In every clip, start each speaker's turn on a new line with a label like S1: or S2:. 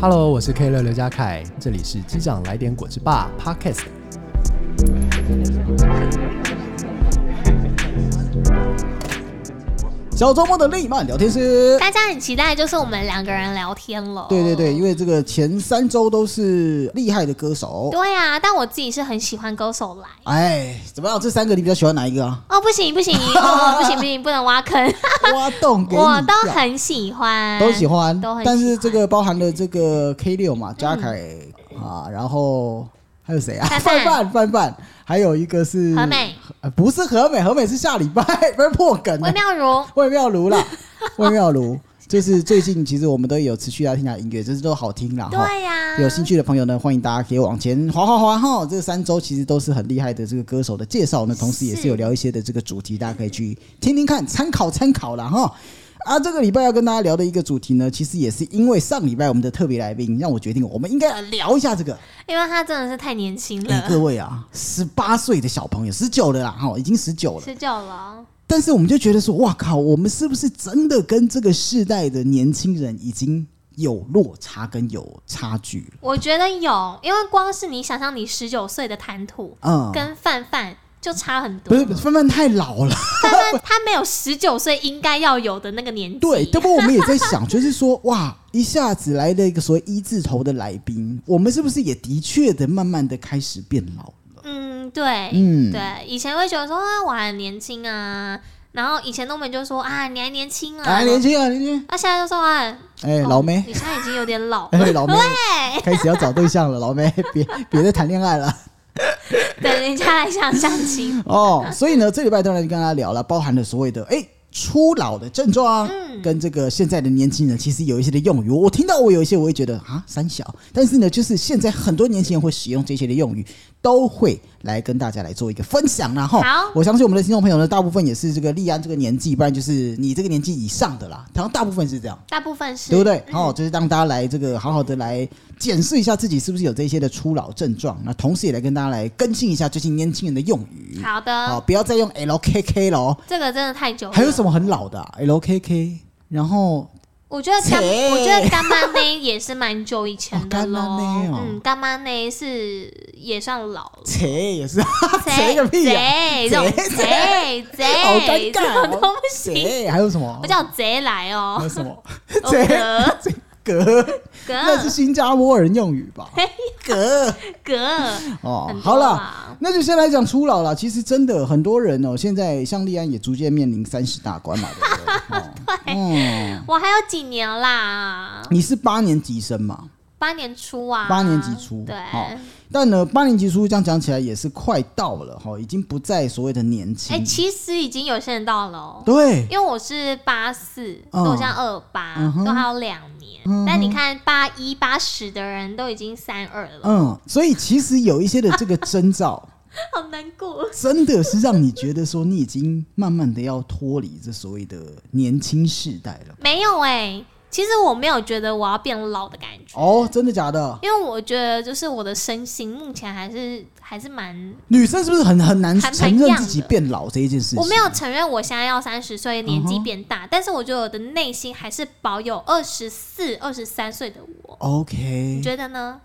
S1: Hello，我是 K 乐刘家凯，这里是机长来点果汁吧 Podcast。小周末的另一半聊天室，
S2: 大家很期待，就是我们两个人聊天了。
S1: 对对对，因为这个前三周都是厉害的歌手。
S2: 对啊，但我自己是很喜欢勾手来。
S1: 哎，怎么样？这三个你比较喜欢哪一个啊？
S2: 哦，不行 不行，哦、不行不行，不能挖坑。
S1: 挖洞给你
S2: 我都
S1: 跳
S2: 很喜欢，
S1: 都喜欢，
S2: 都很喜
S1: 但
S2: 欢嗯
S1: 是这个包含了这个 K 六嘛，嘉凯、啊，然后还有谁啊？
S2: 范
S1: 范
S2: 范
S1: 范范范，还有一个是
S2: 和美
S1: 呃不是和美，和美是下礼拜， 不是破梗啊了
S2: 微，妙 如。
S1: 魏妙如啦，魏妙如，就是最近其实我们都有持续来听他音乐，就是都好听啦哈。
S2: 对呀、
S1: 有兴趣的朋友呢，欢迎大家可以往前滑滑滑哈。这三周其实都是很厉害的这个歌手的介绍呢，同时也是
S2: 是
S1: 有聊一些的这个主题，大家可以去听听看，参考参考啦哈。啊，这个礼拜要跟大家聊的一个主题呢，其实也是因为上礼拜我们的特别来宾让我决定，我们应该来聊一下这个。
S2: 因为他真的是太年轻
S1: 哎、
S2: 了，
S1: 各位啊，十八岁的小朋友，十九的啦哈，已经十九了，
S2: 吃久了。
S1: 但是我们就觉得说，哇靠，我们是不是真的跟这个世代的年轻人已经有落差跟有差距了？
S2: 我觉得有，因为光是你想象你十九岁的谈吐、
S1: 嗯，
S2: 跟范范就差很多。
S1: 不是范范太老了，
S2: 范范他没有十九岁应该要有的那个年纪。
S1: 对。要不我们也在想，就是说，哇，一下子来了一个所谓一字头的来宾，我们是不是也的确的慢慢的开始变老了？
S2: 嗯，对，
S1: 嗯
S2: 对，以前会觉得说啊，我还很年轻啊，然后以前都没就说啊，你还年轻啊，
S1: 哎，年，轻啊，年轻，
S2: 啊，现在就说啊，
S1: 哎，
S2: 哦
S1: 老梅，
S2: 你现在已经有点老
S1: 哎，
S2: 了，
S1: 老梅，开始要找对象了，老梅，别别再谈恋爱了。
S2: 等人家来想相亲，
S1: 哦，所以呢，这礼拜当然就跟大家聊了，包含了所谓的哎。初老的症状，跟这个现在的年轻人其实有一些的用语，我听到我有一些我会觉得啊三小，但是呢，就是现在很多年轻人会使用这些的用语，都会来跟大家来做一个分享啦哈。
S2: 好
S1: 我相信我们的听众朋友呢，大部分也是这个立安这个年纪，不然就是你这个年纪以上的啦，然后大部分是这样。
S2: 大部分是
S1: 对不对？哦，就是让大家来这个好好的来检视一下自己是不是有这些的初老症状，那同时也来跟大家来更新一下最近年轻人的用语。
S2: 好
S1: 好，
S2: 的，
S1: 不要再用 LKK 了哦。
S2: 这个啊真的太久了。
S1: 还有什
S2: 么？
S1: 么很老的、啊、LKK？然后
S2: 我觉得干，
S1: 切
S2: 我觉得干妈呢也是蛮久以前
S1: 哦
S2: 的
S1: 干
S2: 喽。
S1: 妈呢哦。
S2: 嗯，干妈呢是也算老了
S1: 切也是啊， 切个屁呀、
S2: 贼这种
S1: 切
S2: 贼贼，
S1: 好尴尬、
S2: 这
S1: 哦
S2: 种东。西，
S1: 切还有什么
S2: 我？叫贼来
S1: 还有
S2: 哦。
S1: 什么？
S2: 哦
S1: 切
S2: 格
S1: 格，那是
S2: 格
S1: 新加坡人用语吧？格。
S2: 格，
S1: 哦
S2: 很，多啊
S1: 好了
S2: 啦，
S1: 那就先来讲初老了。其实真的很多人哦，现在像立安也逐渐面临三十大关嘛，对 不对？哦、嗯，
S2: 我还有几年啦？
S1: 你是八年级生嘛？
S2: 八年初啊，
S1: 八年级初
S2: 对，
S1: 好但呢，八年级初这样讲起来也是快到了哈、哦，已经不再所谓的年轻。
S2: 哎、其实已经有些人到了、哦，
S1: 对，
S2: 因为我是八四、
S1: 嗯
S2: 我像二八、
S1: 嗯哼
S2: 都还有两年。
S1: 嗯哼
S2: 但你看八一八十的人都已经三二了，
S1: 嗯，所以其实有一些的这个征 兆，
S2: 好难过。
S1: 真的是让你觉得说你已经慢慢的要脱离这所谓的年轻世代了。
S2: 没有哎、其实我没有觉得我要变老的感觉，
S1: 哦，真的假的？
S2: 因为我觉得就是我的身形目前还是还是蛮，
S1: 女生是不是很很难
S2: 还蛮
S1: 承认
S2: 样
S1: 自己
S2: 的
S1: 变老这一件事情？
S2: 我没有承认我现在要三十岁，年纪
S1: 嗯哼
S2: 变大，但是我觉得我的内心还是保有二十四、二十三岁的我，
S1: OK，
S2: 你觉得呢？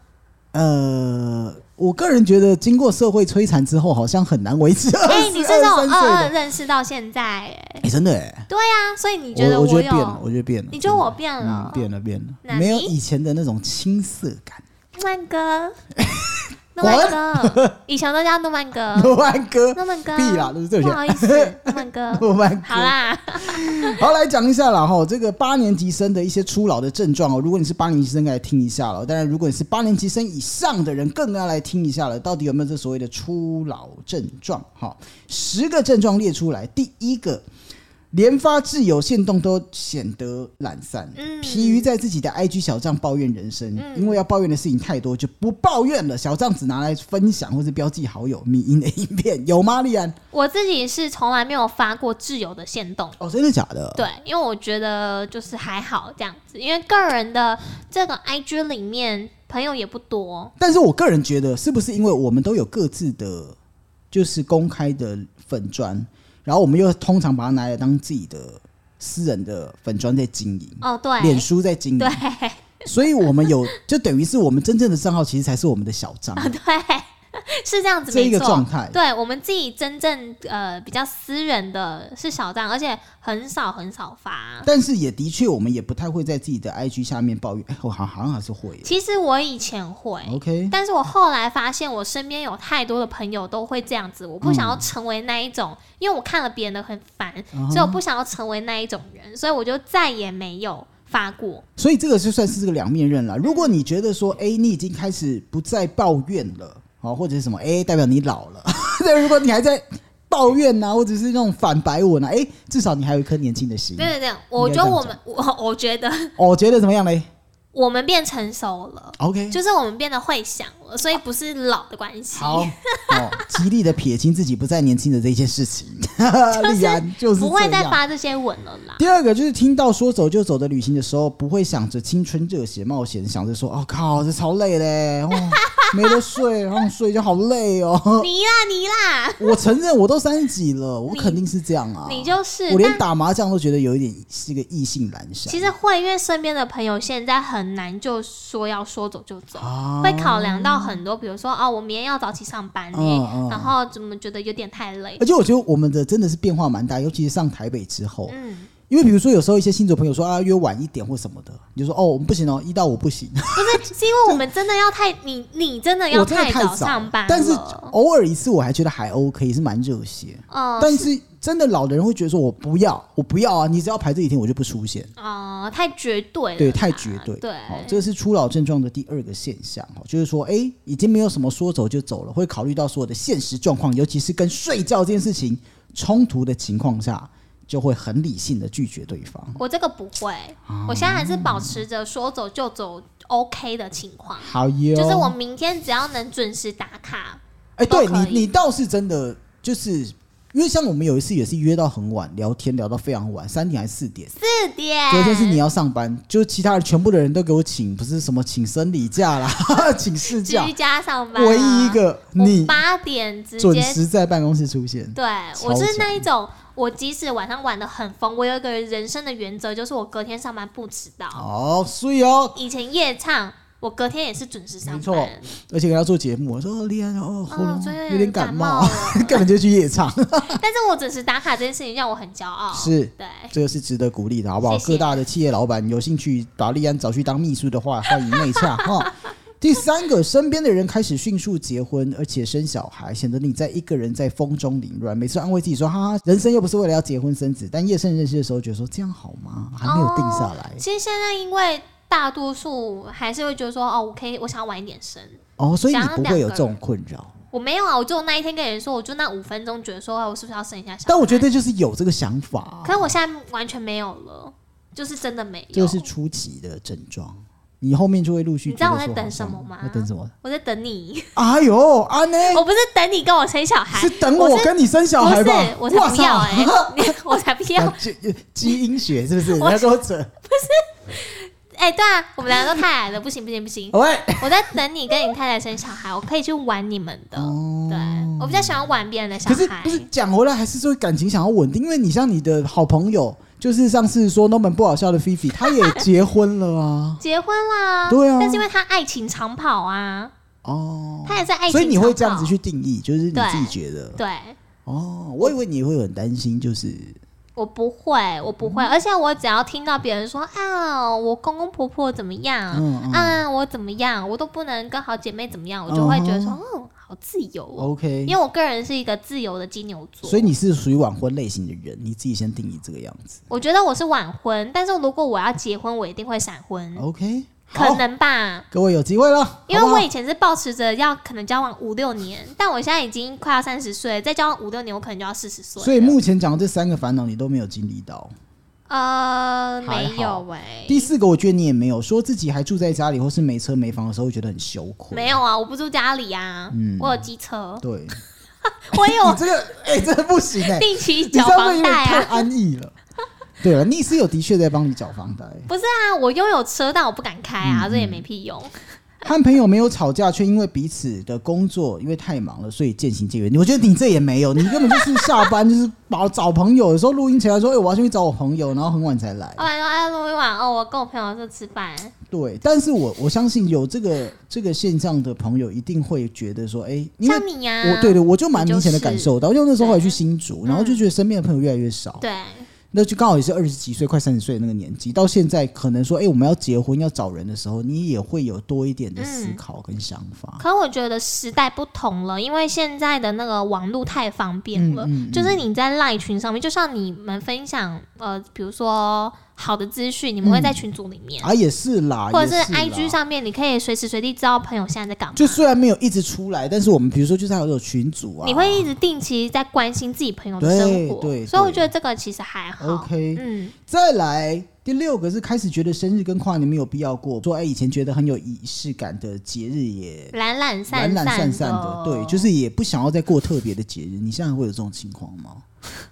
S1: 呃，我个人觉得，经过社会摧残之后，好像很难维持二
S2: 哎、你
S1: 十
S2: 是从
S1: 三岁
S2: 二二
S1: 的。
S2: 认识到现在、哎，
S1: 哎、真的哎、
S2: 对啊，所以你觉得
S1: 我我觉得变了，我
S2: 有？
S1: 觉得变了。
S2: 你觉得我变
S1: 嗯，？
S2: 了
S1: 变了，变了，
S2: 那
S1: 没有
S2: 你
S1: 以前的那种青涩感。
S2: 曼哥，诺
S1: 滚
S2: 曼哥，以前都叫诺 曼哥，
S1: 诺曼哥，
S2: 诺嗯曼哥，啊
S1: 屁啦那是这些
S2: 不好意 思，诺曼哥，
S1: 诺曼
S2: 好
S1: 哥，
S2: 啦，
S1: 好来讲一下啦哈，这个八年级生的一些初老的症状哦。如果你是八年级生，可以来听一下了。当然，如果你是八年级生以上的人，更要来听一下了。到底有没有这所谓的初老症状？哈，十个症状列出来，第一个连发自由限动都显得懒散，
S2: 嗯
S1: 疲于在自己的 IG 小账抱怨人生，因为要抱怨的事情太多，就不抱怨了。小账只拿来分享或是标记好友、迷因的影片，有吗？丽安？
S2: 我自己是从来没有发过挚友的限动。
S1: 哦，真的假的？
S2: 对，因为我觉得就是还好这样子，因为个人的这个 IG 里面朋友也不多，
S1: 但是我个人觉得，是不是因为我们都有各自的，就是公开的粉砖，然后我们又通常把它拿来当自己的私人的粉砖在经营，
S2: 哦，对，
S1: 脸书在经营
S2: 对，
S1: 所以我们有就等于是我们真正的账号其实才是我们的小账号，
S2: 哦对，是这样子，
S1: 这一
S2: 没
S1: 个状
S2: 错。
S1: 态。
S2: 对我们自己真正呃比较私人的是小账，而且很少很少发。
S1: 但是也的确，我们也不太会在自己的 IG 下面抱怨。哎，我好好像还是会耶。
S2: 其实我以前会，
S1: OK，
S2: 但是我后来发现，我身边有太多的朋友都会这样子，我不想要成为那一种，因为我看了别人的很烦，
S1: 嗯哼
S2: 所以我不想要成为那一种人，所以我就再也没有发过。
S1: 所以这个就算是这个两面刃了。如果你觉得说，
S2: 嗯
S1: 哎，你已经开始不再抱怨了，好，或者是什么，哎，代表你老了。 但如果你还在抱怨呐、或者是那种反白文啊，哎，至少你还有一颗年轻的心
S2: 对。对对，我
S1: 应该
S2: 觉
S1: 这
S2: 得
S1: 样
S2: 我们我我觉得
S1: 我觉得怎么样嘞
S2: 我们变成熟了，
S1: ？OK，
S2: 就是我们变得会想了，所以不是老的关系。
S1: 好，哦，极力的撇清自己不再年轻的这件事 情，丽安就是
S2: 不会
S1: 这
S2: 再
S1: 样
S2: 发这些文了啦。
S1: 第二个就是听到说走就走的旅行的时候，不会想着青春热血冒险，想着说哦靠，这超累嘞，哦没得睡，然后睡就好累哦。
S2: 你啦，你啦，
S1: 我承认我都三十几了，我
S2: 你
S1: 肯定是这样啊。
S2: 你就是。
S1: 我连
S2: 但
S1: 打麻将都觉得有一点是个意兴阑珊。
S2: 其实会，因为身边的朋友现在很难就说要说走就走，
S1: 啊
S2: 会考量到很多，比如说哦，我明天要早起上班、欸
S1: 嗯嗯
S2: 然后怎么觉得有点太累
S1: 而，且我觉得我们的真的是变化蛮大，尤其是上台北之后，
S2: 嗯，
S1: 因为比如说有时候一些新竹朋友说啊约晚一点或什么的，你就说哦我们不行哦，一到五不行，
S2: 不是是因为我们真的要太你你真的 要
S1: 我真的太
S2: 早
S1: 早
S2: 上班了，
S1: 但是偶尔一次我还觉得还 OK，是蛮热血。
S2: 呃
S1: 但是真的老的人会觉得说，我不要，我不要啊！你只要排这几天，我就不出现。
S2: 呃太绝对了啦，
S1: 对，太绝对。
S2: 对，
S1: 好、这个是初老症状的第二个现象，哦，就是说，哎、已经没有什么说走就走了，会考虑到所有的现实状况，尤其是跟睡觉这件事情冲突的情况下，就会很理性的拒绝对方。
S2: 我这个不会，
S1: 哦
S2: 我现在还是保持着说走就走 OK 的情况，
S1: 好哟，
S2: 就是我，明天只要能准时打卡，
S1: 哎、
S2: 都
S1: 对
S2: 可以
S1: 你，你倒是真的，就是因为像我们有一次也是约到很晚，聊天聊到非常晚，三点还是四点。
S2: 四点，
S1: 昨天是你要上班，就是其他的全部的人都给我请，不是什么请生理假啦， 请事假
S2: 居，家上班啊，
S1: 唯一一个
S2: 我
S1: 你
S2: 八点直
S1: 准
S2: 接
S1: 时在办公室出现。
S2: 对我是
S1: 超
S2: 那一种，我即使晚上玩的很疯，我有一个人生的原则，就是我隔天上班不迟到。
S1: 哦，所以哦，
S2: 以前夜唱，我隔天也是准时上
S1: 没错
S2: 班。
S1: 而且给他做节目，我说哦厉害哦，喉
S2: 哦
S1: 咙
S2: 昨天
S1: 有点
S2: 感
S1: 感
S2: 冒
S1: 冒
S2: 了，
S1: 根本就去夜唱，
S2: 但是我准时打卡这件事情让我很骄 傲。
S1: 是
S2: 对，
S1: 这个是值得鼓励的，好不好？
S2: 谢谢
S1: 各大的企业老板有兴趣把利安找去当秘书的话，欢迎内洽 哈。第三个，身边的人开始迅速结婚，而且生小孩，显得你在一个人在风中凌乱。每次安慰自己说：“哈哈，人生又不是为了要结婚生子。”但夜深人静的时候，觉得说这样好吗？还没有定下来。
S2: 哦其实现在因为大多数还是会觉得说，哦，我可以，我想要晚一点生。
S1: 哦，所以你
S2: 想要
S1: 不
S2: 两
S1: 会有
S2: 个
S1: 这种困扰。
S2: 我没有啊，我就那一天跟人说，我就那五分钟觉得说，啊我是不是要生一下小孩？
S1: 但我觉得就是有这个想法啊、
S2: 可是我现在完全没有了，就是真的没有。
S1: 这个是初期的症状，你后面就会陆续
S2: 你知道
S1: 觉得
S2: 我在
S1: 说
S2: 等
S1: 好
S2: 什
S1: 像
S2: 么吗哦
S1: 在等什么？
S2: 我在等你，
S1: 哎呦，阿、内
S2: 我不是等你跟我生小孩，
S1: 是等
S2: 我
S1: 我
S2: 是
S1: 跟你生小孩吧？
S2: 不是，我才不要
S1: 哇
S2: 哎、
S1: 塞
S2: 你我才不 要
S1: 啊基基因学是不 是？你
S2: 我
S1: 要跟我扯？
S2: 哎、对啊，我们两个都太矮了，不行不行不行，
S1: 喂，
S2: 我在等你跟你太太生小孩，我可以去玩你们的，对我比较喜欢玩别人的小
S1: 哦可是
S2: 孩
S1: 不，是讲回来，还是说感情想要稳定？因为你像你的好朋友，就是上次说 No 门不好笑的菲 菲，她也结婚了啊。
S2: 结婚啦，
S1: 对啊
S2: 但是因为他爱情长跑啊，
S1: 哦，
S2: 他也在爱情长跑，
S1: 所以你会这样子去定义，就是你
S2: 对
S1: 自己觉得
S2: 对。
S1: 哦。我以为你会很担心，就是
S2: 我不会，我不会，
S1: 嗯
S2: 而且我只要听到别人说啊，我公公婆婆怎么样，
S1: 嗯嗯
S2: 啊，我怎么样，我都不能跟好姐妹怎么样，我就会觉得说，
S1: 嗯
S2: 哦，好自由哦，
S1: OK，
S2: 因为我个人是一个自由的金牛座，
S1: 所以你是属于晚婚类型的人，你自己先定义这个样子。
S2: 我觉得我是晚婚，但是如果我要结婚，我一定会闪婚，
S1: OK，
S2: 可
S1: 好，
S2: 能吧。
S1: 各位有机会了，
S2: 因为
S1: 好不好
S2: 我以前是抱持着要可能交往五六年，但我现在已经快要三十岁，再交往五六年，我可能就要四十岁了。
S1: 所以目前讲的这三个烦恼你都没有经历到。
S2: 呃，
S1: 还
S2: 没有
S1: 好
S2: 喂、
S1: 第四个，我觉得你也没有说自己还住在家里或是没车没房的时候，会觉得很羞愧。
S2: 没有啊，我不住家里啊，我有机车，
S1: 对，你
S2: 我 有
S1: 这个哎、这个不行 哎、
S2: 定期
S1: 你这
S2: 缴
S1: 样会
S2: 房
S1: 有点
S2: 贷
S1: 太
S2: 啊。
S1: 安逸了。对了，你是有的确在帮你缴房贷。嗯
S2: 不是啊，我拥有车，但我不敢开啊，这也没屁用。
S1: 哎、和朋友没有吵架，却因为彼此的工作因为太忙了，所以渐行渐远。我觉得你这也没有，你根本就是下班就是找找朋友，有时候录音前来说，哎、我要先去找我朋友，然后很晚才来。
S2: 哦，然后哎，录一晚哦，我跟我朋友在吃饭，
S1: 对，但是我我相信有这个这个现象的朋友一定会觉得说，哎、因为
S2: 像你啊呀、
S1: 我对对，我就蛮
S2: 你就
S1: 明显的
S2: 是嗯
S1: 感受到，因为那时候我也去新竹，然后就觉得身边的朋友越来越少。
S2: 对
S1: 那就刚好也是二十几岁、快三十岁的那个年纪，到现在可能说，哎、我们要结婚、要找人的时候，你也会有多一点的思
S2: 嗯
S1: 考跟想法。
S2: 可我觉得时代不同了，因为现在的那个网络太方便了，
S1: 嗯嗯嗯
S2: 就是你在赖群上面，就像你们分享呃，比如说好的资讯，你们会在群组里面，
S1: 啊，也是啦，
S2: 或者
S1: 也是
S2: 是 IG
S1: 啦。
S2: 上面，你可以随时随地知道朋友现在在干嘛。
S1: 就虽然没有一直出来，但是我们比如说就是还有群组啊，
S2: 你会一直定期在关心自己朋友的生活，
S1: 对对
S2: 所以我
S1: 对
S2: 觉得这个其实还好。
S1: OK
S2: 嗯，
S1: 再来第六个是开始觉得生日跟跨年没有必要过，说哎、以前觉得很有仪式感的节日也
S2: 懒懒
S1: 懒
S2: 散哦
S1: 懒散
S2: 散
S1: 散的，对，就是也不想要再过特别的节日。你现在会有这种情况吗？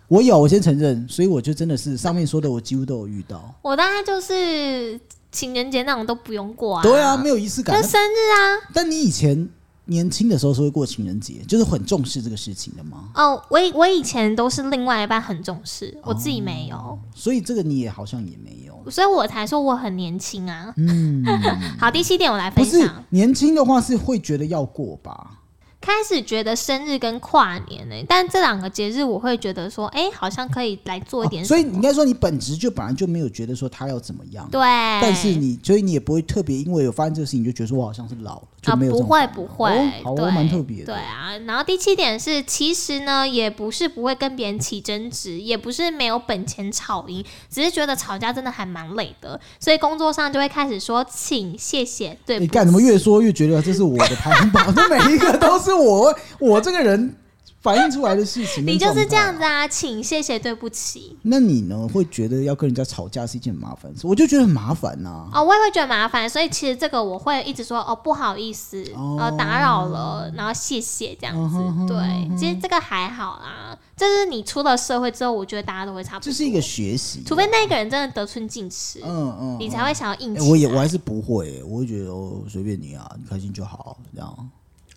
S1: 我有，我先承认，所以我就真的是上面说的，我几乎都有遇到。
S2: 我大概就是情人节那种都不用过啊。
S1: 对啊，没有仪式感
S2: 跟。生日啊，
S1: 但你以前年轻的时候是会过情人节，就是很重视这个事情的吗？
S2: 哦，我以我以前都是另外一半很重视，我自己没有，
S1: 所以这个你也好像也没有。
S2: 所以我才说我很年轻啊。
S1: 嗯，
S2: 好，第七点我来
S1: 不
S2: 分
S1: 是
S2: 享，
S1: 年轻的话是会觉得要过吧？
S2: 开始觉得生日跟跨年呢、欸但这两个节日我会觉得说，哎、好像可以来做一点
S1: 哦
S2: 什
S1: 所
S2: 么、
S1: 以你应该说你本质就本来就没有觉得说他要怎么样，
S2: 对，啊
S1: 但
S2: 但
S1: 是你所以你也不会特别因为有发生这个事情你就觉得说我好像是老了，就
S2: 啊，
S1: 没有这
S2: 不
S1: 种
S2: 会
S1: 烦恼
S2: 不会，
S1: 哦好哦，
S2: 对，
S1: 蛮特别
S2: 对
S1: 的。
S2: 啊，然后第七点是，其实呢，也不是不会跟别人起争执，也不是没有本钱吵赢，只是觉得吵架真的还蛮累的，所以工作上就会开始说请、谢谢、对不
S1: 你
S2: 起。
S1: 哎干什么？越说越觉得这是我的排行榜，这每一个都是我我这个人反映出来的事情。
S2: 你就是这样
S1: 子。
S2: 子啊，请、谢谢、对不起。
S1: 那你呢？会觉得要跟人家吵架是一件很麻烦的事，我就觉得很麻烦啊呐、
S2: 哦，我也会觉得麻烦，所以其实这个我会一直说哦，不好意思，
S1: 哦
S2: 呃，打扰了，然后谢谢这样
S1: 嗯
S2: 子。
S1: 哼哼哼
S2: 对，其实这个还好啦，这是你出了社会之后，我觉得大家都会差不多。
S1: 这是一个学习。
S2: 除非那个人真的得寸进尺，
S1: 嗯嗯，
S2: 你才会想要硬
S1: 哎、
S2: 起来、
S1: 我也我还是不会、我会觉得哦，随便你啊，你开心就好，这样。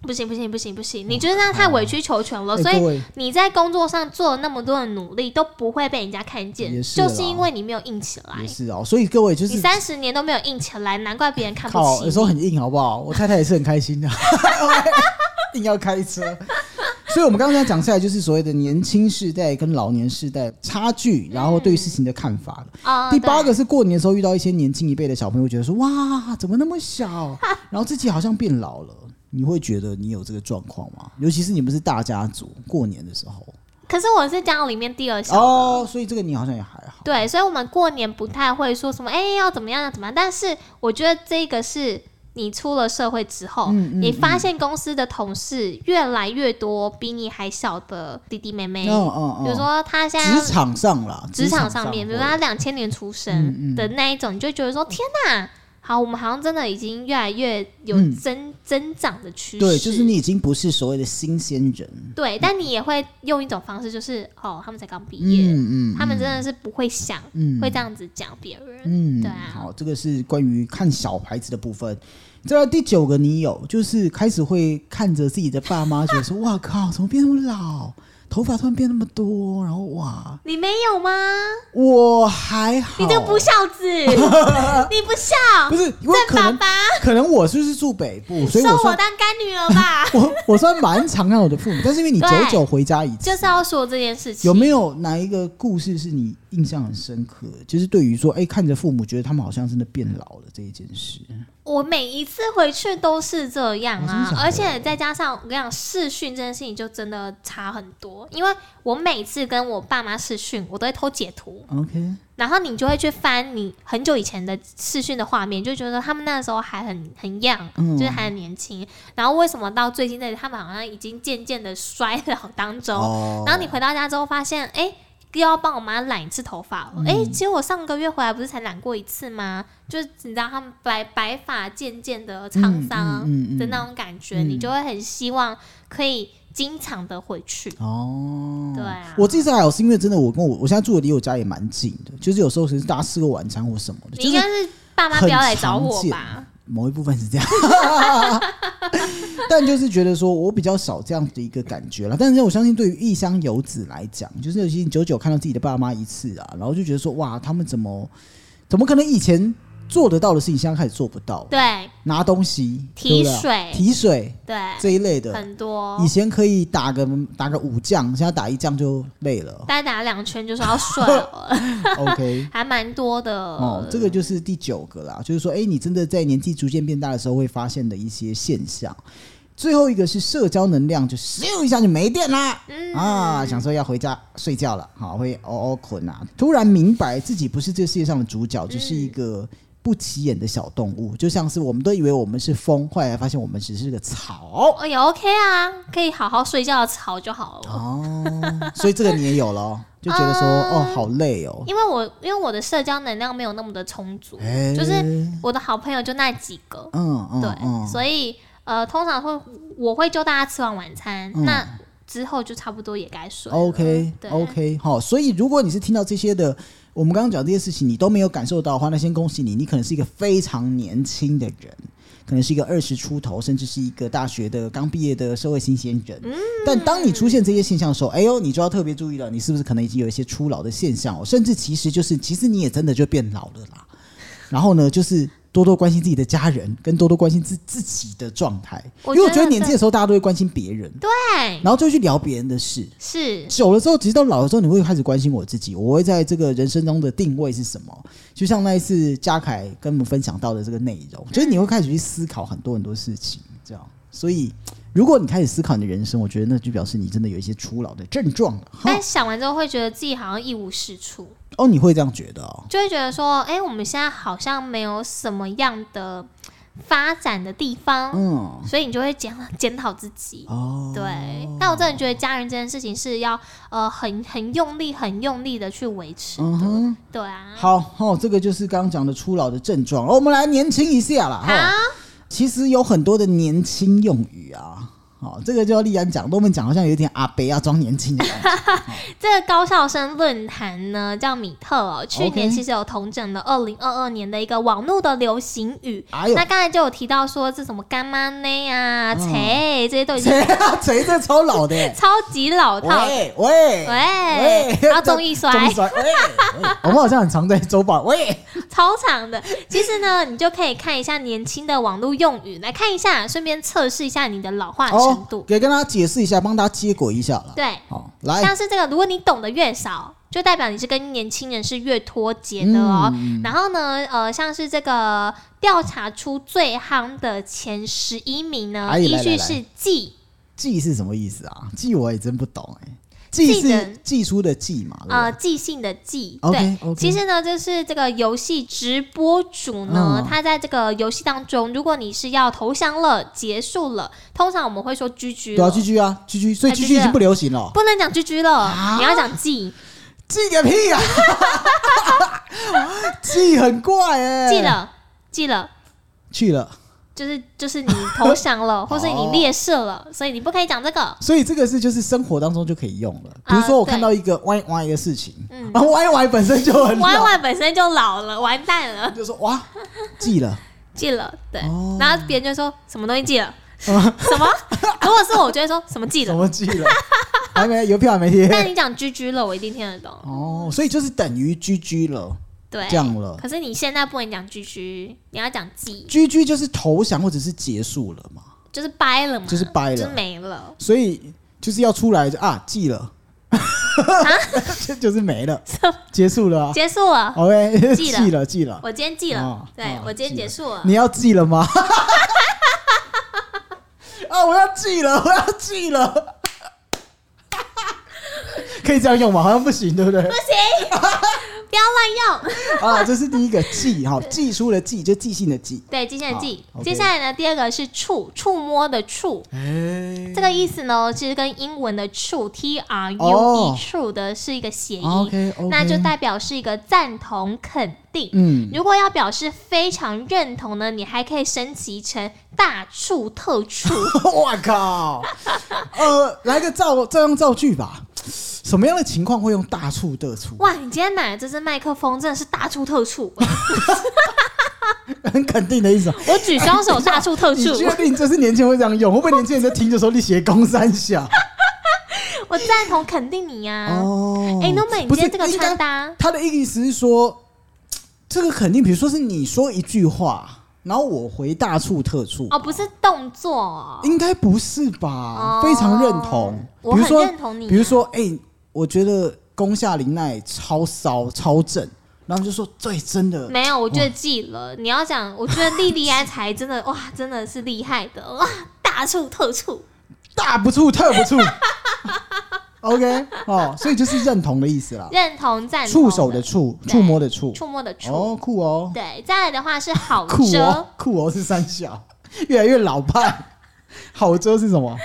S2: 不行不行不行不行，你就是这样太委曲求全了，
S1: 哦哎
S2: 所
S1: 各
S2: 以
S1: 位
S2: 你在工作上做了那么多的努力都不会被人家看见，
S1: 也是
S2: 就
S1: 啦
S2: 是因为你没有硬起来
S1: 也，是哦，所以各位就
S2: 你
S1: 是
S2: 三十年都没有硬起来，难怪别人看不
S1: 靠，有时
S2: 起
S1: 候
S2: 你。
S1: 很硬，好不好？我太太也是很开心的， 硬要开车。所以，我们刚刚讲下来，就是所谓的年轻世代跟老年世代差距，然后对于事情的看法。
S2: 啊
S1: 第八
S2: 对
S1: 个是过年的时候遇到一些年轻一辈的小朋友，觉得说哇，怎么那么 小，然后自己好像变老了。你会觉得你有这个状况吗？尤其是你们是大家族，过年的时候
S2: 可是我是家里面第二小的。
S1: 哦，所以这个你好像也还好。
S2: 对，所以我们过年不太会说什么，哎、要怎么样，要怎么样。但是我觉得这个是你出了社会之后，
S1: 嗯
S2: 你发现公司的同事越来越多比你还小的弟弟妹妹，
S1: 嗯嗯嗯，
S2: 比如说他现在
S1: 职场上啦，
S2: 职场
S1: 上哦嗯
S2: 上面，比如
S1: 会
S2: 说他两千年出生的那一种，你就觉
S1: 嗯
S2: 得说天哪，好，我们好像真的已经越来越有
S1: 嗯
S2: 增、增长的趋势。
S1: 对，就是你已经不是所谓的新鲜人，
S2: 对，但你也会用一种方式，就是哦，他们才刚毕业，
S1: 嗯嗯，
S2: 他们真的是不会想，
S1: 嗯
S2: 会这样子讲别人。
S1: 嗯，
S2: 对啊
S1: 好，这个是关于看小孩子的部分。再来第九个，你有就是开始会看着自己的爸妈，觉得说哇靠，怎么变那么老，头发突然变那么多，然后哇，
S2: 你没有吗？
S1: 我还好，
S2: 你这个不孝 子，你不孝，
S1: 不是因为
S2: 郑
S1: 可
S2: 爸
S1: 能
S2: 爸
S1: 可能我就是住北部，所以
S2: 收
S1: 我
S2: 我
S1: 算，
S2: 当干女儿吧
S1: 我我算蛮常看我的父母，但是因为你久
S2: 对
S1: 久回家一次，
S2: 就是要说这件事情。
S1: 有没有哪一个故事是你印象很深刻？就是对于说，哎、看着父母觉得他们好像真的变老了这一件事，
S2: 我每一次回去都是这样
S1: 哦
S2: 啊
S1: 真的假，的
S2: 而且再加上我跟你讲，视讯这件事情就真的差很多，因为我每次跟我爸妈视讯，我都会偷截图，
S1: OK，
S2: 然后你就会去翻你很久以前的视讯的画面，就觉得他们那时候还很很 young，、
S1: 嗯
S2: 就是还很年轻，然后为什么到最近这里，他们好像已经渐渐的衰老当中，
S1: 哦嗯
S2: 然后你回到家之后发现，哎、又要帮我妈染一次头发了。哎、其实我上个月回来不是才染过一次吗？就是你知道他们白白发渐渐的沧桑
S1: 嗯嗯嗯嗯
S2: 的那种感觉，你就会很希望可以经常的回去。
S1: 哦，
S2: 对啊
S1: 我这次还好，是因为真的，我跟我我现在住的离我家也蛮近的，就是有时候其实大家吃个晚餐或什么的，
S2: 你
S1: 就
S2: 应
S1: 是
S2: 该是爸妈不要来找我吧？
S1: 某一部分是这样， 但就是觉得说我比较少这样的一个感觉了。但是我相信，对于异乡游子来讲，就是有些久久看到自己的爸妈一次啊，然后就觉得说哇，他们怎么怎么可能以前做得到的事情，现在开始做不到？
S2: 对
S1: 拿东西、对
S2: 提
S1: 不对
S2: 水
S1: 提水
S2: 对，
S1: 这一类的，
S2: 很多。
S1: 以前可以打个打个五将，现在打一将就累了
S2: 大概打两圈就说要睡了，
S1: OK，
S2: 还蛮多的。
S1: 哦，这个就是第九个啦，就是说，哎，你真的在年纪逐渐变大的时候会发现的一些现象。最后一个是社交能量，就咻一下就没电啦，
S2: 嗯
S1: 啊，想说要回家睡觉了，好会嗷嗷困啊，突然明白自己不是这世界上的主
S2: 嗯
S1: 角，只是一个不起眼的小动物，就像是我们都以为我们是风，后来发现我们只是个 草
S2: 哦也 OK 啊，可以好好睡觉的吵就好了。
S1: 哦，所以这个你也有了哦，就觉得说哦好累哦，
S2: 因为我因为我的社交能量没有那么的充足，
S1: 哎
S2: 就是我的好朋友就那几个，
S1: 嗯嗯
S2: 对，
S1: 嗯，
S2: 所以呃，通常会我会就大家吃完晚餐，
S1: 嗯
S2: 那之后就差不多也该睡了。
S1: OK
S2: 对
S1: OK，好，所以如果你是听到这些的，我们刚刚讲这些事情，你都没有感受到的话，那先恭喜你，你可能是一个非常年轻的人，可能是一个二十出头，甚至是一个大学的刚毕业的社会新鲜人。
S2: 嗯
S1: 但当你出现这些现象的时候，哎呦，你就要特别注意了，你是不是可能已经有一些初老的现象哦？甚至其实就是，其实你也真的就变老了 啦。然后呢，就是。多多关心自己的家人，跟多多关心自自己的状态，因
S2: 我
S1: 为我
S2: 觉
S1: 觉得
S2: 得
S1: 年轻
S2: 对
S1: 的时候大家都会关心别人，
S2: 对，
S1: 然后就会去聊别人的事，
S2: 是
S1: 久了之后，其实到老了之后，你会开始关心我自己，我会在这个人生中的定位是什么？就像那一次嘉凯跟我们分享到的这个内容，就是你会开始去思考很多很多事情，这样。所以，如果你开始思考你的人生，我觉得那就表示你真的有一些初老的症状了。哈
S2: 但想完之后会觉得自己好像一无是处，
S1: 哦，你会这样觉得哦？
S2: 就会觉得说，哎、我们现在好像没有什么样的发展的地方，
S1: 嗯，
S2: 所以你就会检检讨自己。
S1: 哦，
S2: 对，但我真的觉得家人这件事情是要呃很很用力、很用力的去维持的。
S1: 嗯哼。
S2: 对啊，
S1: 好，哦，这个就是刚刚讲的初老的症状。哦，我们来年轻一下啦。哈，其实有很多的年轻用语啊。哦，这个就要丽安讲，我们讲好像有点阿伯要装年轻的感觉。
S2: 这个高校生论坛呢叫米特哦，去
S1: OK
S2: 年其实有统整了二零二二年的一个网络的流行语。
S1: 哎呦
S2: 那，刚才就有提到说，这什么干妈呢啊、
S1: 嗯
S2: 切、这些都已经
S1: 谁啊？谁这超老的耶？
S2: 超级老套。
S1: 喂喂
S2: 喂，然后综艺 摔
S1: 综艺摔，喂，喂我们好像很常在周报，喂，
S2: 超长的。其实呢，你就可以看一下年轻的网络用语，来看一下，顺便测试一下你的老化程
S1: 哦
S2: 度，。
S1: 给跟大家解释一下，帮大家接轨一下了。
S2: 对，
S1: 好，来，
S2: 像是这个，如果你懂得越少，就代表你是跟年轻人是越脱节的哦。然后呢，呃，像是这个调查出最夯的前十一名呢，
S1: 哎来
S2: 依
S1: 来
S2: 据
S1: 来
S2: 是记，
S1: 记是什么意思啊？记我也真不懂哎，记
S2: 记
S1: 是
S2: 得
S1: 寄出的寄嘛，对不对
S2: 呃，即兴的即。对
S1: OK，OK
S2: 其实呢，就是这个游戏直播主呢，
S1: 嗯
S2: 他在这个游戏当中，如果你是要投降了、结束了，通常我们会说 GG
S1: 对啊
S2: 了，
S1: ，G G 啊，G G，所以
S2: 哎
S1: G
S2: GG
S1: G 已经不流行了，
S2: 不能讲 GG 了，
S1: 啊
S2: 你要讲记
S1: 记个屁啊！记很怪哎、
S2: 记了记了。
S1: 去了，
S2: 就是就是你投降 了，或是你猎射了，
S1: 哦
S2: 所以你不可以讲这个。
S1: 所以这个是就是生活当中就可以用了。比如说我看到一个歪歪的事情，
S2: 啊嗯
S1: 然后歪歪本身就很老
S2: Y Y 本身就老了，完蛋了，
S1: 就说哇记了，
S2: 记了，对。
S1: 哦
S2: 然后别人就说什么东西记了， 什么？如果是我，我就会说什么记
S1: 什
S2: 了。
S1: 么记了，还没邮票还没贴
S2: 但你讲 G G 了，我一定听得懂。
S1: 哦，所以就是等于 G G 了。
S2: 对，
S1: 这样了
S2: 可是你现在不能讲 GG，你要讲 G，
S1: G G 就是投降或者是结束了嘛，
S2: 就是掰了嘛，
S1: 就是掰
S2: 就是
S1: 了，
S2: 没了。
S1: 所以就是要出来就啊记了， 就就是没了，结束了啊。
S2: 结束了，
S1: OK，
S2: 记了
S1: 记了记了，
S2: 我今天记了，
S1: 哦
S2: 对、
S1: 哦
S2: 我今天
S1: 记了
S2: 结束了。
S1: 你要记了吗？ 啊，我要记了，我要记了， 可以这样用吗？好像不行，对不对？
S2: 不要乱用。
S1: 啊，这是第一个记，哈，记书的记，就记性的记。
S2: 对，接下来记。
S1: 好，OK
S2: 接下来呢，第二个是触，触摸的触。
S1: 哎
S2: 这个意思呢，其实跟英文的 true t r u
S1: 哦
S2: e true 的是一个谐音
S1: OK，OK
S2: 那就代表是一个赞同、肯定。
S1: 嗯，
S2: 如果要表示非常认同呢，你还可以升级成大触特触。
S1: 我靠，呃，来个造照样造句吧。什么样的情况会用大促特促？
S2: 哇，你今天买的这支麦克风真的是大促特促，
S1: 很肯定的意思哦。
S2: 我举双手大促特
S1: 你
S2: 促，
S1: 确定这是年轻人会这样用？会不会年轻人在听的时候你写公三小？
S2: 我赞同肯定你呀、
S1: 哦
S2: 哎、那么你
S1: 不
S2: 今
S1: 是
S2: 天这个
S1: 应该
S2: 穿搭，
S1: 他的意思是说，这个肯定，比如说是你说一句话，然后我回大促特促，
S2: 哦，不是动作哦，
S1: 应该不是吧？
S2: 哦
S1: 非常认同。
S2: 我
S1: 比如
S2: 很
S1: 说，
S2: 认同你啊
S1: 比如说，哎、我觉得宫下林奈超骚超正，然后就说对，真的。
S2: 没有，我觉得记了。你要讲，我觉得莉莉安才真的哇，真的是厉害的哇，大处特处。
S1: 大不处特不处。OK，哦，所以就是认同的意思啦，
S2: 认同赞同
S1: 触手的触，
S2: 对
S1: 触摸的触，
S2: 触摸的触。
S1: 哦，酷哦，
S2: 对，再来的话是好
S1: 酷
S2: 遮，
S1: 哦，酷哦是三小，越来越老派。 好遮是什么？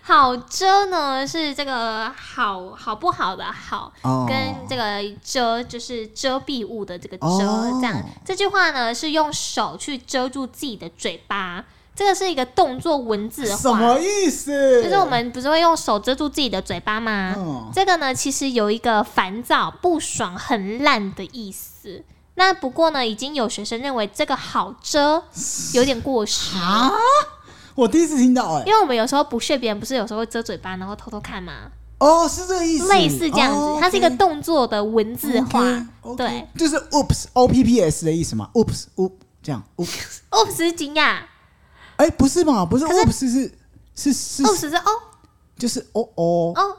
S2: 好遮呢是这个好好不好的好，
S1: 哦
S2: 跟这个遮就是遮蔽物的这个遮，
S1: 哦
S2: 这样这句话呢是用手去遮住自己的嘴巴，这个是一个动作文字化，
S1: 什么意思？
S2: 就是我们不是会用手遮住自己的嘴巴吗？
S1: 嗯
S2: 这个呢，其实有一个烦躁、不爽、很烂的意思。那不过呢，已经有学生认为这个好遮有点过 时，
S1: 啊，我第一次听到哎、
S2: 因为我们有时候不屑别人，不是有时候会遮嘴巴，然后偷偷看吗？
S1: 哦，是这个意思，
S2: 类似这样子，
S1: 哦
S2: 它是一个
S1: OK，
S2: 动作的文字化。
S1: OK，OK
S2: 对，
S1: 就是 oops o p p s 的意思嘛，oops oop 这样，oops，
S2: oops 是惊讶
S1: 哎、不是嘛，不是
S2: 可是
S1: oops 是是是
S2: ，oops 是哦
S1: 就是哦哦
S2: 哦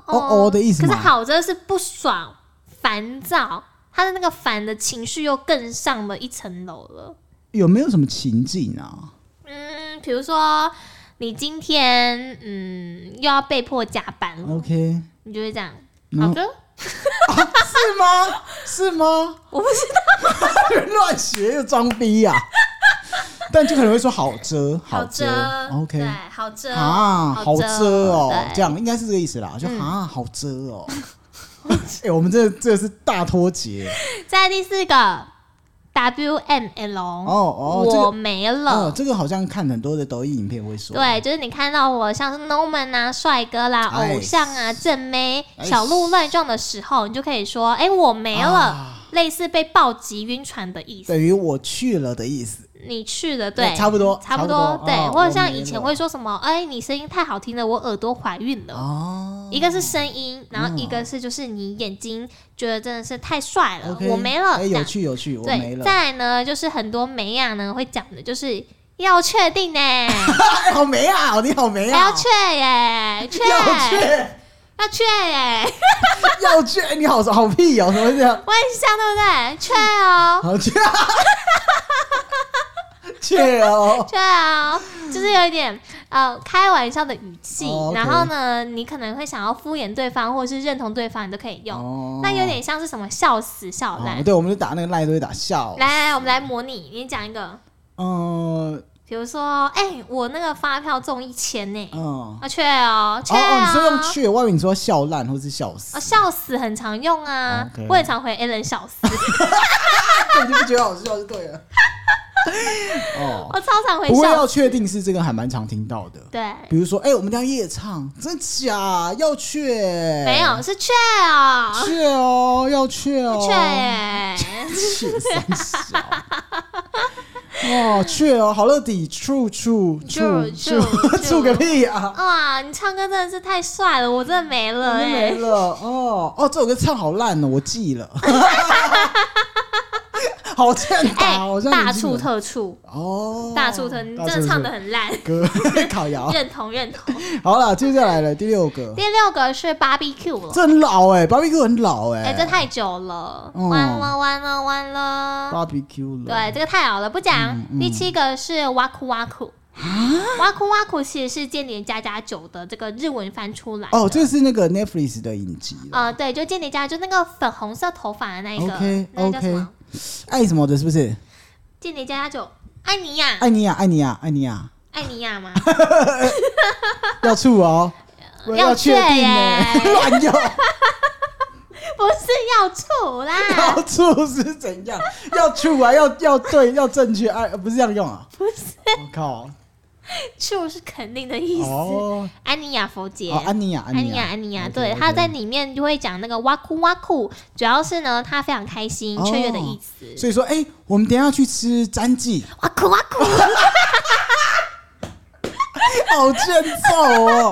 S1: 哦的意思
S2: 可是
S1: 嘛，
S2: 好遮是不爽、烦躁，他的那个烦的情绪又更上了一层楼了。
S1: 有没有什么情境啊？
S2: 嗯，比如说你今天嗯又要被迫加班了，
S1: OK，
S2: 你就会这样。
S1: 哦嗯
S2: 好的，
S1: 是吗？是吗？
S2: 我不知道。
S1: 乱学又装逼呀、但就可能会说好遮，
S2: 好
S1: 遮
S2: 遮
S1: ，OK
S2: 对，好遮嗯
S1: 啊，好遮哦，这
S2: 样
S1: 样应该是这个意思啦，就啊，好遮哦。 哎，我们这这是大脱节
S2: 再来第四个 W M L，
S1: 哦哦，这个
S2: 我没
S1: 哦，
S2: 了。
S1: 这个好像看很多的抖音影片会说，
S2: 对，就是你看到我像是 Norman 啊、帅哥啦、
S1: 哎
S2: 偶像啊、正妹、
S1: 哎
S2: 小鹿乱撞的时候，你就可以说：“哎、我没了。
S1: 啊
S2: 类似被暴击晕船的意思。
S1: 等于我去了的意思。
S2: 你去的对，
S1: 哎差不多
S2: 差不
S1: 差
S2: 多
S1: 不多
S2: 对
S1: 哦，
S2: 或
S1: 我
S2: 者像
S1: 没
S2: 以前
S1: 了
S2: 会说什么，哎，你声音太好听了，我耳朵怀孕了。
S1: 哦，
S2: 一个是声音，然后一个是就是你眼睛觉得真的是太帅了
S1: OK，
S2: 我没了。
S1: 哎，
S2: 这
S1: 有
S2: 样
S1: 趣有趣，我没
S2: 对，
S1: 了，
S2: 再来呢，就是很多美亚呢会讲的，就是要确 定呢、
S1: 哎好没啊，你好没
S2: 还
S1: 啊
S2: 哎要，确耶，确
S1: 要去。
S2: 要确耶，
S1: 要去，哎你好好屁哦，怎么会这样？
S2: 我很像对不对？确哦，
S1: 好去，啊 去哦，
S2: 确哦，就是有一点呃开玩笑的语气，
S1: 哦，OK
S2: 然后呢，你可能会想要敷衍对方，或者是认同对方，你都可以用。
S1: 哦
S2: 那有点像是什么笑死笑
S1: 哦
S2: 烂。
S1: 对，我们就打那个赖都会打笑，
S2: 来来来，我们来模拟，你讲一个，
S1: 嗯
S2: 比如说，哎、我那个发票中一千呢、
S1: 嗯，
S2: 啊，确哦，
S1: 哦
S2: 确
S1: 哦，你说用
S2: 哦。
S1: 去，我以为你说笑烂或是笑死
S2: 哦，， 笑死很常用啊
S1: 哦 OK
S2: 我也常回 Allen 笑死，
S1: 你就不觉得好笑就对了。哦，
S2: 我超常回
S1: 不过要
S2: 笑死。
S1: 确定是这个还蛮常听到的，
S2: 对，
S1: 比如说，哎，我们家夜唱，真假要去，
S2: 没有是确哦，
S1: 去哦，要去哦，
S2: 确耶，
S1: 去三小。哦，去哦，好乐迪，处处处
S2: 处
S1: 处
S2: 处
S1: 处个屁啊！
S2: 哇，你唱歌真的是太帅了，我真的没了
S1: 真没
S2: 哎、
S1: 了哦哦，这首歌唱好烂哦，我记了， 好欠
S2: 哎、
S1: 打哦，好像
S2: 大
S1: 已经
S2: 处
S1: 有
S2: 特处，
S1: 哦，
S2: 大处特，你
S1: 大
S2: 真的
S1: 处哦
S2: 唱
S1: 特
S2: 的很烂，
S1: 歌 烤窑。
S2: 认同认同。
S1: 好了，接下来了第六个，
S2: 第六个是 barbecue 了，
S1: 这很老哎，barbecue 很老
S2: 哎、
S1: 哎，
S2: 这太久了，
S1: 嗯
S2: 完了完了完了。
S1: barbecue 了，嗯
S2: 对，这个太老了，不讲。第七个是哇酷哇酷，
S1: 啊
S2: 哇酷哇酷其实是《间谍加加酒》的这个日文翻出来的。
S1: 哦，这是那个 Netflix 的影集了，
S2: 呃，对，就《间谍加加》就那个粉红色头发的那一个
S1: OK，
S2: 那个叫什
S1: OK
S2: 么？啊
S1: 爱什么的，是不是？啊
S2: 《间谍加加酒》艾尼亚，
S1: 艾尼亚，艾尼亚，艾尼亚，
S2: 艾尼 亚吗？
S1: 要处哦，我
S2: 要
S1: 确定呢，
S2: 确耶
S1: 乱用。
S2: 不是要处啦，
S1: 要处是怎 样？要处啊，要要对，要正确，哎，不是这样用啊！不是，我靠，
S2: True 是肯定的意思。
S1: 哦，
S2: 安妮亚佛杰，
S1: 哦，安妮亚，哦
S2: 安妮亚，啊
S1: 亚，
S2: 安妮亚，
S1: OK，
S2: 对，
S1: OK
S2: 他在里面就会讲那个哇酷哇酷，主要是呢，他非常开心、
S1: 哦
S2: 雀跃的意思。
S1: 所以说，哎，我们等一下去吃詹记，
S2: 哇酷哇酷，
S1: 好欠揍哦！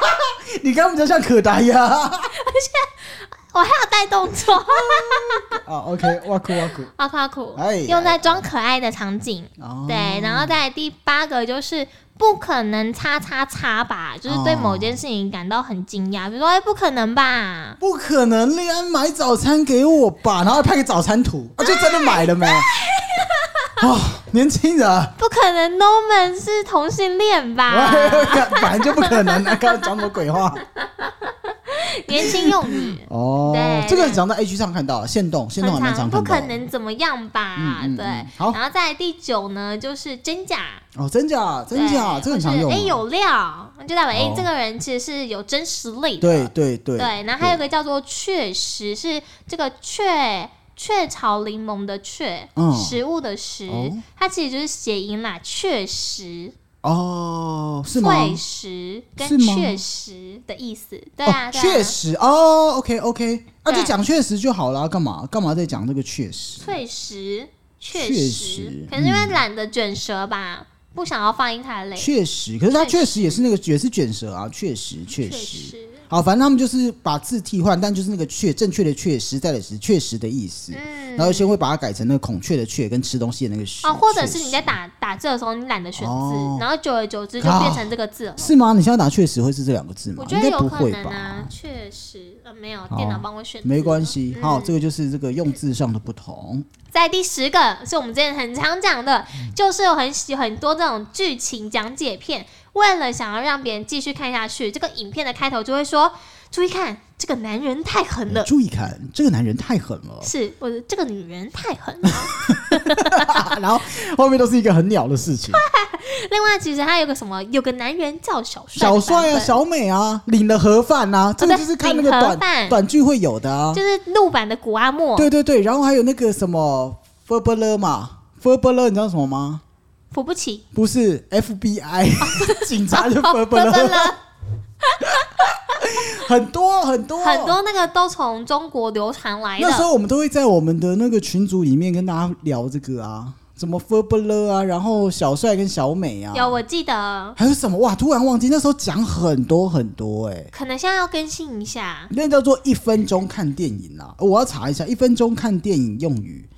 S1: 你刚刚比较像可达鸭 啊
S2: 我还有带动作，
S1: ，OK，哇酷哇酷，
S2: 哇酷哇酷
S1: 哎，
S2: 用在装可爱的场景。
S1: 哦，
S2: 对，然后再来第八个就是不可能叉叉叉吧，就是对
S1: 哦
S2: 某件事情感到很惊讶，比如说哎、不可能吧，
S1: 不可能，利安买早餐给我吧，然后拍个早餐图，啊，就真的买 了没？哦，年轻人啊，
S2: 不可能 Norman 是同性恋吧，
S1: 哦本来就不可能，啊，刚刚讲什么鬼 话？。
S2: 年轻用语
S1: 哦
S2: 对，
S1: 这个常在 H 上看到，现动， 现动还蛮
S2: 很
S1: 常
S2: 不
S1: 看到
S2: 可
S1: 的。
S2: 能怎么样吧？
S1: 嗯嗯嗯
S2: 对，
S1: 好
S2: 然后再来第九呢，就是真假，
S1: 哦，真假真假，
S2: 对
S1: 这个很常
S2: 或
S1: 用啊。
S2: 是哎有料，就代表哎、
S1: 哦
S2: 这个人其实是有真实力的。
S1: 对对对
S2: 对，然后还有一个叫做确实是这个雀雀巢柠檬的雀，
S1: 嗯
S2: 食物的食，
S1: 哦
S2: 它其实就是谐音啦，确实、
S1: 哦，是吗？
S2: 确实
S1: 是
S2: 跟
S1: 吗
S2: 确实的意思。啊对啊，
S1: 哦
S2: 对啊
S1: 确，实哦，OK OK，啊，
S2: 对
S1: 就讲确实就好了，干嘛干嘛再讲这个确实？
S2: 确实，确
S1: 确
S2: 实
S1: 实，嗯
S2: 可能因为懒得卷舌吧，不想要放音太累。
S1: 确实，可是它
S2: 确
S1: 确实也是那个也是卷舌啊，确实确
S2: 确
S1: 实。
S2: 实，
S1: 好，反正他们就是把字替换，但就是那个确正确的确，实在的实，确实的意思。
S2: 嗯
S1: 然后先会把它改成那个孔雀的雀跟吃东西的那个实。
S2: 啊，或者
S1: 确
S2: 是你
S1: 实
S2: 在打打字的时候，你懒得选字，
S1: 哦
S2: 然后久而久之就变成这个字了。
S1: 是吗？你现在打确实会是这两个字吗
S2: 我？觉
S1: 应
S2: 得
S1: 该
S2: 有
S1: 不
S2: 可
S1: 会
S2: 能啊
S1: 吧，？
S2: 确实，呃，没有
S1: 好
S2: 电脑帮我选，
S1: 没关。系，好，
S2: 嗯
S1: 这个就是这个用字上的不同。
S2: 在第十个是我们之前很常讲的，
S1: 嗯
S2: 就是有很喜很多这种剧情讲解片，为了想要让别人继续看下去，这个影片的开头就会说：“注意看，这个男人太狠了。”
S1: 呃注意看，这个男人太狠了。
S2: 是，或者这个女人太狠了。
S1: 然后后面都是一个很鸟的事 情。
S2: 另外，其实还有个什么，有个男人叫小帅的
S1: 小
S2: 版本，
S1: 帅啊，小美啊，领了盒饭啊，这个就是看那个
S2: 哦领盒饭
S1: 短短剧会有的啊。
S2: 就是陆版的古阿莫，
S1: 对对对，然后还有那个什么 f e b l e 嘛 f e b l e 你知道什么吗？
S2: 扶不 起，
S1: 不是 FBI 警察就 f e
S2: 哦
S1: b
S2: 分
S1: l
S2: 分
S1: e
S2: 了。
S1: 很多很多
S2: 很。多那个都从中国流传来的。
S1: 那时候我们都会在我们的那个群组里面跟大家聊这个啊，什么 f e b l e 啊，然后小帅跟小美啊，
S2: 有，我记得，
S1: 还有什么哇？突然忘记那时候讲很多很多哎、
S2: 可能现在要更新一下。
S1: 那叫做一分钟看电影啦。我要查一下一分钟看电影用语，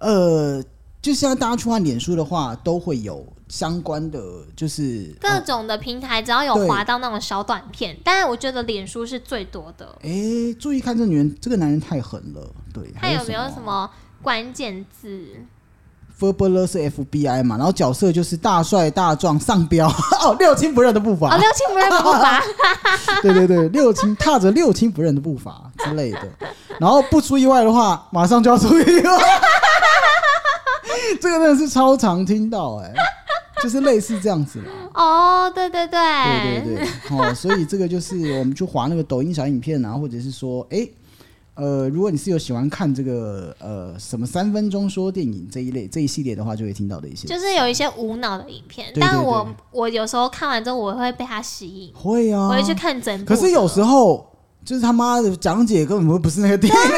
S1: 呃，就像大家去看脸书的话，都会有相关的，就是
S2: 各
S1: 呃
S2: 种的平台只要有
S1: 对
S2: 滑到那种小短片，但是我觉得脸书是最多的。
S1: 诶，注意看这女人，这个男人太狠了，对。
S2: 它
S1: 还
S2: 有没有什
S1: 什
S2: 么关键字？
S1: f e b l e 是 FBI 嘛，然后角色就是大帅、大壮、上标 哦，六亲不认的步
S2: 哦，
S1: 伐，
S2: 六亲不认 不罚，
S1: 对对对，六亲踏着六亲不认的步伐之类的。然后不出意外的话，马上就要出意外。这个真的是超常听到哎、就是类似这样子啦。
S2: 哦，对对对，
S1: 对
S2: 哎
S1: 对对，哦，所以这个就是我们去划那个抖音小影片啊，或者是说，哎、呃，如果你是有喜欢看这个呃什么三分钟说电影这一类这一系列的话，就会听到的一些。
S2: 就是有一些无脑的影片，
S1: 对对
S2: 但
S1: 对
S2: 我我有时候看完之后，我会被它吸引，
S1: 会啊，
S2: 我会去看整部
S1: 可
S2: 的。
S1: 是有时候就是他妈的讲解根本不是那个电影的意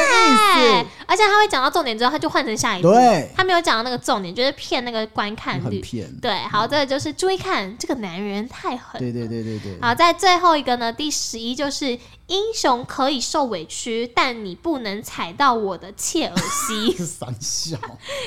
S2: 对
S1: 思。，
S2: 而且他会讲到重点之后，他就换成下一部。
S1: 对
S2: 他没有讲到那个重点，就是骗那个观看
S1: 很
S2: 率。
S1: 骗，嗯
S2: 对，好，这个就是注意看，这个男人太狠。
S1: 对对对对对，
S2: 好，在最后一个呢，第十一就是英雄可以受委屈，但你不能踩到我的切耳西。
S1: 是三笑，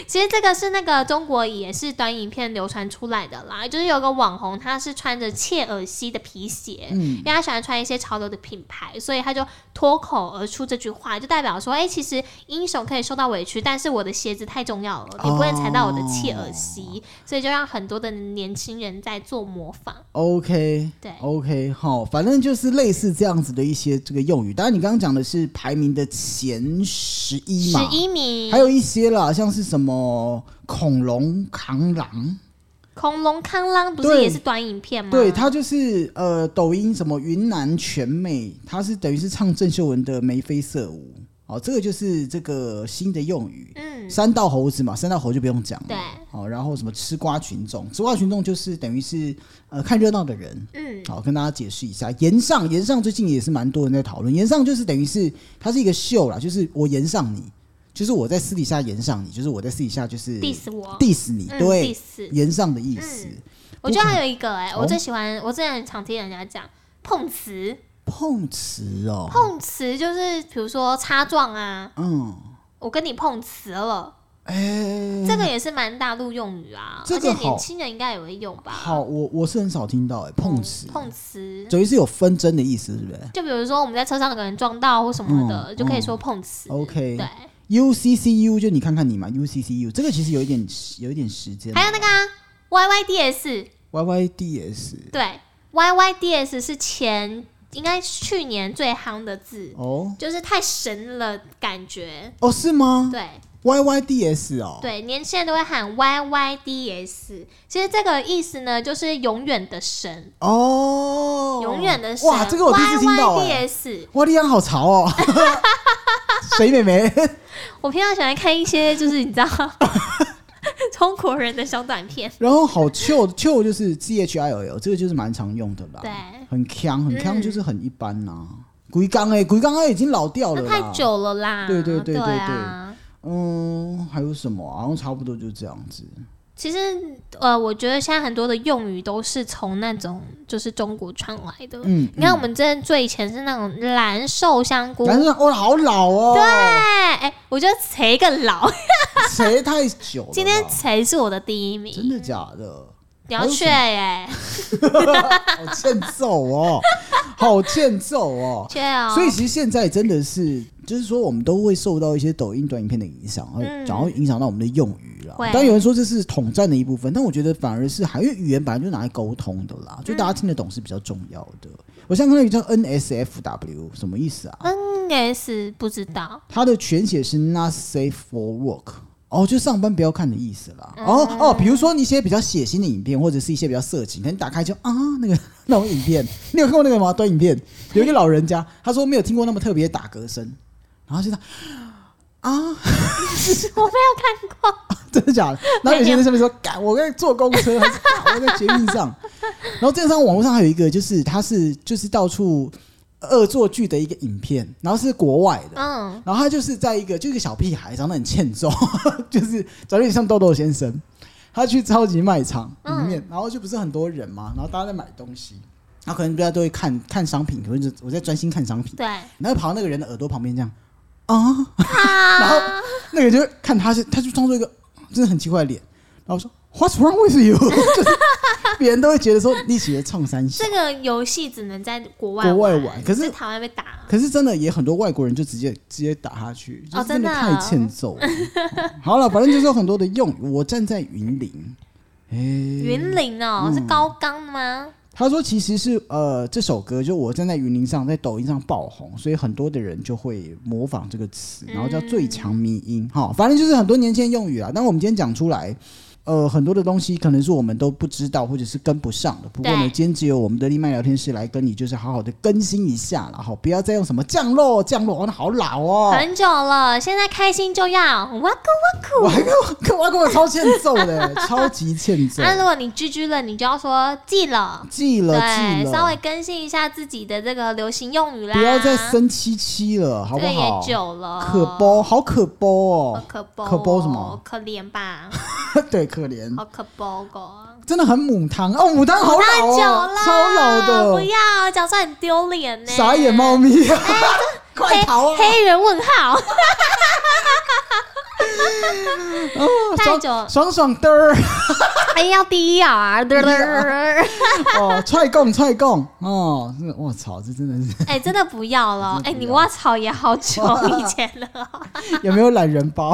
S2: 其实这个是那个中国也是短影片流传出来的啦，就是有个网红，他是穿着切耳西的皮鞋，因
S1: 嗯，
S2: 为他喜欢穿一些潮流的品牌，所以他就脱口而出这句话，就代表说，哎、其实英雄可以受到委屈，但是我的鞋子太重要了，你不能踩到我的切耳西，
S1: 哦
S2: 所以就让很多的年轻人在做模仿。
S1: OK，
S2: 对
S1: ，OK，好，反正就是类似这样子的一些这个用语。当然，你刚刚讲的是排名的前十一
S2: 十
S1: 嘛，
S2: 一名，
S1: 还有一些啦，像是什么恐龙扛狼，
S2: 恐龙康朗不是
S1: 对
S2: 也是短影片吗？
S1: 对，它就是呃，抖音什么云南全美，它是等于是唱郑秀文的《眉飞色舞》哦，这个就是这个新的用语。
S2: 嗯，
S1: 三道猴子嘛，三道猴就不用讲了。
S2: 对，
S1: 好、然后什么吃瓜群众，吃瓜群众就是等于是呃看热闹的人。
S2: 嗯，
S1: 好，跟大家解释一下，岩上岩上最近也是蛮多人在讨论，岩上就是等于是它是一个秀啦，就是我岩上你，就是我在私底下岩上你，就是我在私底下就是
S2: 第四我，
S1: diss 你，
S2: 嗯
S1: 对
S2: diss 嗯
S1: 岩上的意思。
S2: 我觉得还有一个哎、
S1: 哦
S2: 我最喜欢，我之前常听人家讲碰瓷，
S1: 碰瓷哦，
S2: 碰瓷就是比如说擦撞啊，
S1: 嗯，
S2: 我跟你碰瓷了，
S1: 哎、
S2: 这个也是蛮大陆用语啊，
S1: 这
S2: 而
S1: 个
S2: 且
S1: 好
S2: 年轻人应该也会用吧？
S1: 好，我我是很少听到哎、碰瓷，
S2: 嗯碰瓷，
S1: 等于是有纷争的意思，是不是
S2: 就比如说我们在车上有个人撞到或什么的，
S1: 嗯
S2: 就可以说碰瓷。
S1: ？OK，
S2: 对，
S1: UCCU 就你看看你嘛，UCCU 这个其实有一点有一点时间
S2: 还有那个、啊、YYDS，
S1: ，YYDS
S2: 对，YYDS 是前应该去年最夯的字，
S1: 哦
S2: 就是太神了感觉。
S1: 哦是吗
S2: 对
S1: ？YYDS 哦，
S2: 对，年轻人都会喊 YYDS，其实这个意思呢，就是永远的神，
S1: 哦，
S2: 永远的神。
S1: 哇，这个我第一次听到哎、
S2: YYDS，
S1: 哇，丽安好潮 哦，水妹妹，
S2: 我平常喜欢看一些就是你知道 中国人的小短片，
S1: 然后好 chill chill 就是 C H I L L，这个就是蛮常用的啦，
S2: 对，
S1: 很强很强
S2: 嗯
S1: 就是很一般啦、鬼刚哎，鬼刚哎已经老掉了
S2: 那
S1: 啦，
S2: 太久了啦。
S1: 对对对
S2: 对
S1: 对
S2: 啊。
S1: 嗯，还有什么啊？好像差不多就这样子。
S2: 其实，呃，我觉得现在很多的用语都是从那种就是中国传来的。
S1: 嗯，
S2: 你看，我们真的最以前是那种蓝瘦香菇，
S1: 男
S2: 对，
S1: 生哇，好老哦，
S2: 哎，我觉得谁更老？
S1: 谁太久了吧？
S2: 今天谁是我的第一
S1: 真
S2: 名？
S1: 的假的？
S2: 你要去耶，
S1: 好欠揍哦， 好欠揍哦。
S2: 去哦。
S1: 所以其实现在真的是，就是说我们都会受到一些抖音短影片的影响，
S2: 嗯
S1: 然后影响到我们的用语啦。
S2: 会
S1: 当然有人说这是统战的一部分，但我觉得反而是还，因为语言本来就拿来沟通的啦，就大
S2: 嗯
S1: 家听得懂是比较重要的。我像刚才有叫 NSFW 什么意思啊？
S2: N S 嗯不知道，
S1: 它的全写是 Not Safe for Work。哦，就上班不要看的意思啦。哦哦，比如说你一些比较血腥的影片，或者是一些比较色情，可能打开就啊那个 那种影片，你有看过那个吗？短影片，有一个老人家，他说没有听过那么特别的打嗝声，然后就他啊，
S2: 我没有看过。
S1: 真的假的？然后有些人在上面说，赶我在坐公车，还是干我在捷运上。然后这上网络上还有一个，就是他是就是到处恶作剧的一个影片，然后是国外的，
S2: 嗯，
S1: 然后他就是在一个就一个小屁孩，长得很欠揍， 就是长得有点像豆豆先生。他去超级卖场里面，然后就不是很多人嘛，然后大家在买东西，然后可能大家都会看看商品，可能就我在专心看商品，
S2: 对，
S1: 然后跑到那个人的耳朵旁边这样啊， 然后
S2: 啊，
S1: 那个人就看他是他就装作一个真的很奇怪的脸，然后我说 What's wrong with you？就是 别人都会觉得说你起来唱三小
S2: 这，个游戏只能在国外
S1: 国外玩可是
S2: 在台湾被打。
S1: 可是真的也很多外国人就直接直接打下去，就
S2: 哦
S1: 是真的
S2: 真的
S1: 太
S2: 啊
S1: 欠揍 了。好了，反正就是有很多的用语。我站在云林，哎
S2: 云林
S1: 嗯
S2: 哦，是高冈吗？
S1: 他说其实是呃这首歌就我站在云林上，在抖音上爆红，所以很多的人就会模仿这个词，然后叫最强迷
S2: 嗯
S1: 音。哈、反正就是很多年轻人用语啦。但我们今天讲出来。呃，很多的东西可能是我们都不知道，或者是跟不上的。不过呢，
S2: 对
S1: 今天只有我们的立麦聊天室来跟你，就是好好的更新一下啦，哈，不要再用什么降落降落，哦，那好老哦，
S2: 很久了，现在开心就要哇酷啊
S1: 我
S2: 哇酷。
S1: 还跟我跟我还跟我超欠揍 的，超级欠揍
S2: 那、。啊如果你居居了，你就要说记了，
S1: 记了记
S2: 对，稍微
S1: 了，
S2: 更新一下自己的这个流行用语啦。
S1: 不要再生七七了，好
S2: 这
S1: 不
S2: 个
S1: 好
S2: 也？久了，
S1: 可包，好可包
S2: 好
S1: 哦，
S2: 哦可包，
S1: 可包什么？
S2: 可怜吧，
S1: 对，可怜，
S2: 好可包狗。
S1: 真的很母汤哦，母汤好
S2: 太
S1: 老
S2: 久
S1: 哦
S2: 了，，
S1: 超老
S2: 不
S1: 的，
S2: 要，哎讲出来很丢脸呢。
S1: 傻眼猫咪， 快逃啊！
S2: 黑人问 号，
S1: 哦
S2: 太久了
S1: 爽爽爽的儿
S2: 哎要第一啊，嘚嘚
S1: 哦，踹供踹供哦，真的我操，这真的
S2: 哎，真的不 要了，哎，
S1: 真的不
S2: 你
S1: 要
S2: 挖草也好久以前了，
S1: 是有没有懒人 包？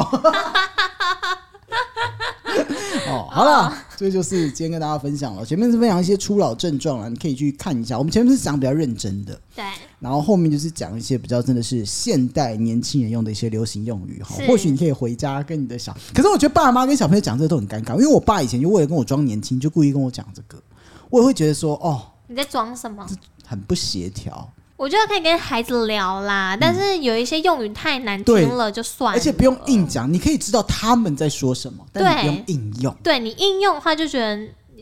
S1: 哦，好了，这就是今天跟大家分享了。前面是分享一些初老症状了，你可以去看一下。我们前面是讲比较认真的，
S2: 对，
S1: 然后后面就是讲一些比较真的是现代年轻人用的一些流行用语哈。
S2: 是
S1: 或许你可以回家跟你的小，可是我觉得爸妈跟小朋友讲这个都很尴尬，因为我爸以前就为了跟我装年轻，就故意跟我讲这个，我也会觉得说哦，
S2: 你在装什么？
S1: 很不协调。
S2: 我觉得可以跟孩子聊啦，但是有一些用语太难听了，就算
S1: 嗯
S2: 了。
S1: 而且不用硬讲，你可以知道他们在说什么，但你不用应用。
S2: 对你应用的话，就觉得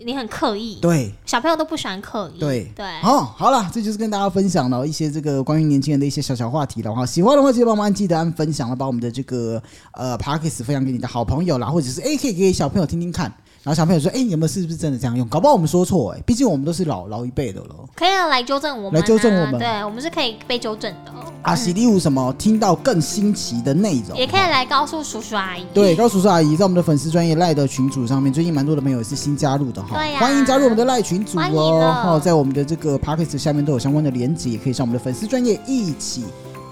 S2: 你很刻意。
S1: 对
S2: 小朋友都不喜欢刻意。
S1: 对
S2: 对，
S1: 哦，好了，这就是跟大家分享了一些这个关于年轻人的一些小小话题了哈。喜欢的话，记得帮我们按记得按分享了，把我们的这个呃 p a c k e s 分享给你的好朋友啦，或者是哎、可以给小朋友听听看。然后小朋友说：“哎、你有没有是不是真的这样用？搞不好我们说错哎、毕竟我们都是老老一辈的了。
S2: 可以来纠正我们、啊，
S1: 来纠正我们
S2: 对我们是可以被纠正的哦，
S1: 阿喜利五什么听到更新奇的内容，
S2: 也可以来告诉叔叔阿姨。
S1: 对，高叔叔阿姨在我们的粉丝专业赖的群组上面，最近蛮多的朋友也是新加入的哈，
S2: 对呀
S1: 欢迎加入我们的赖群组
S2: 欢迎
S1: 哦。
S2: 了
S1: 好，在我们的这个 p a c k a g e 下面都有相关的连接，也可以上我们的粉丝专业一起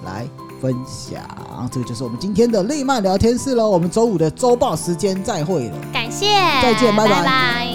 S1: 来分享。这个就是我们今天的内漫聊天室喽，我们周五的周报时间再会了。
S2: 感谢，
S1: 再见拜拜
S2: 拜拜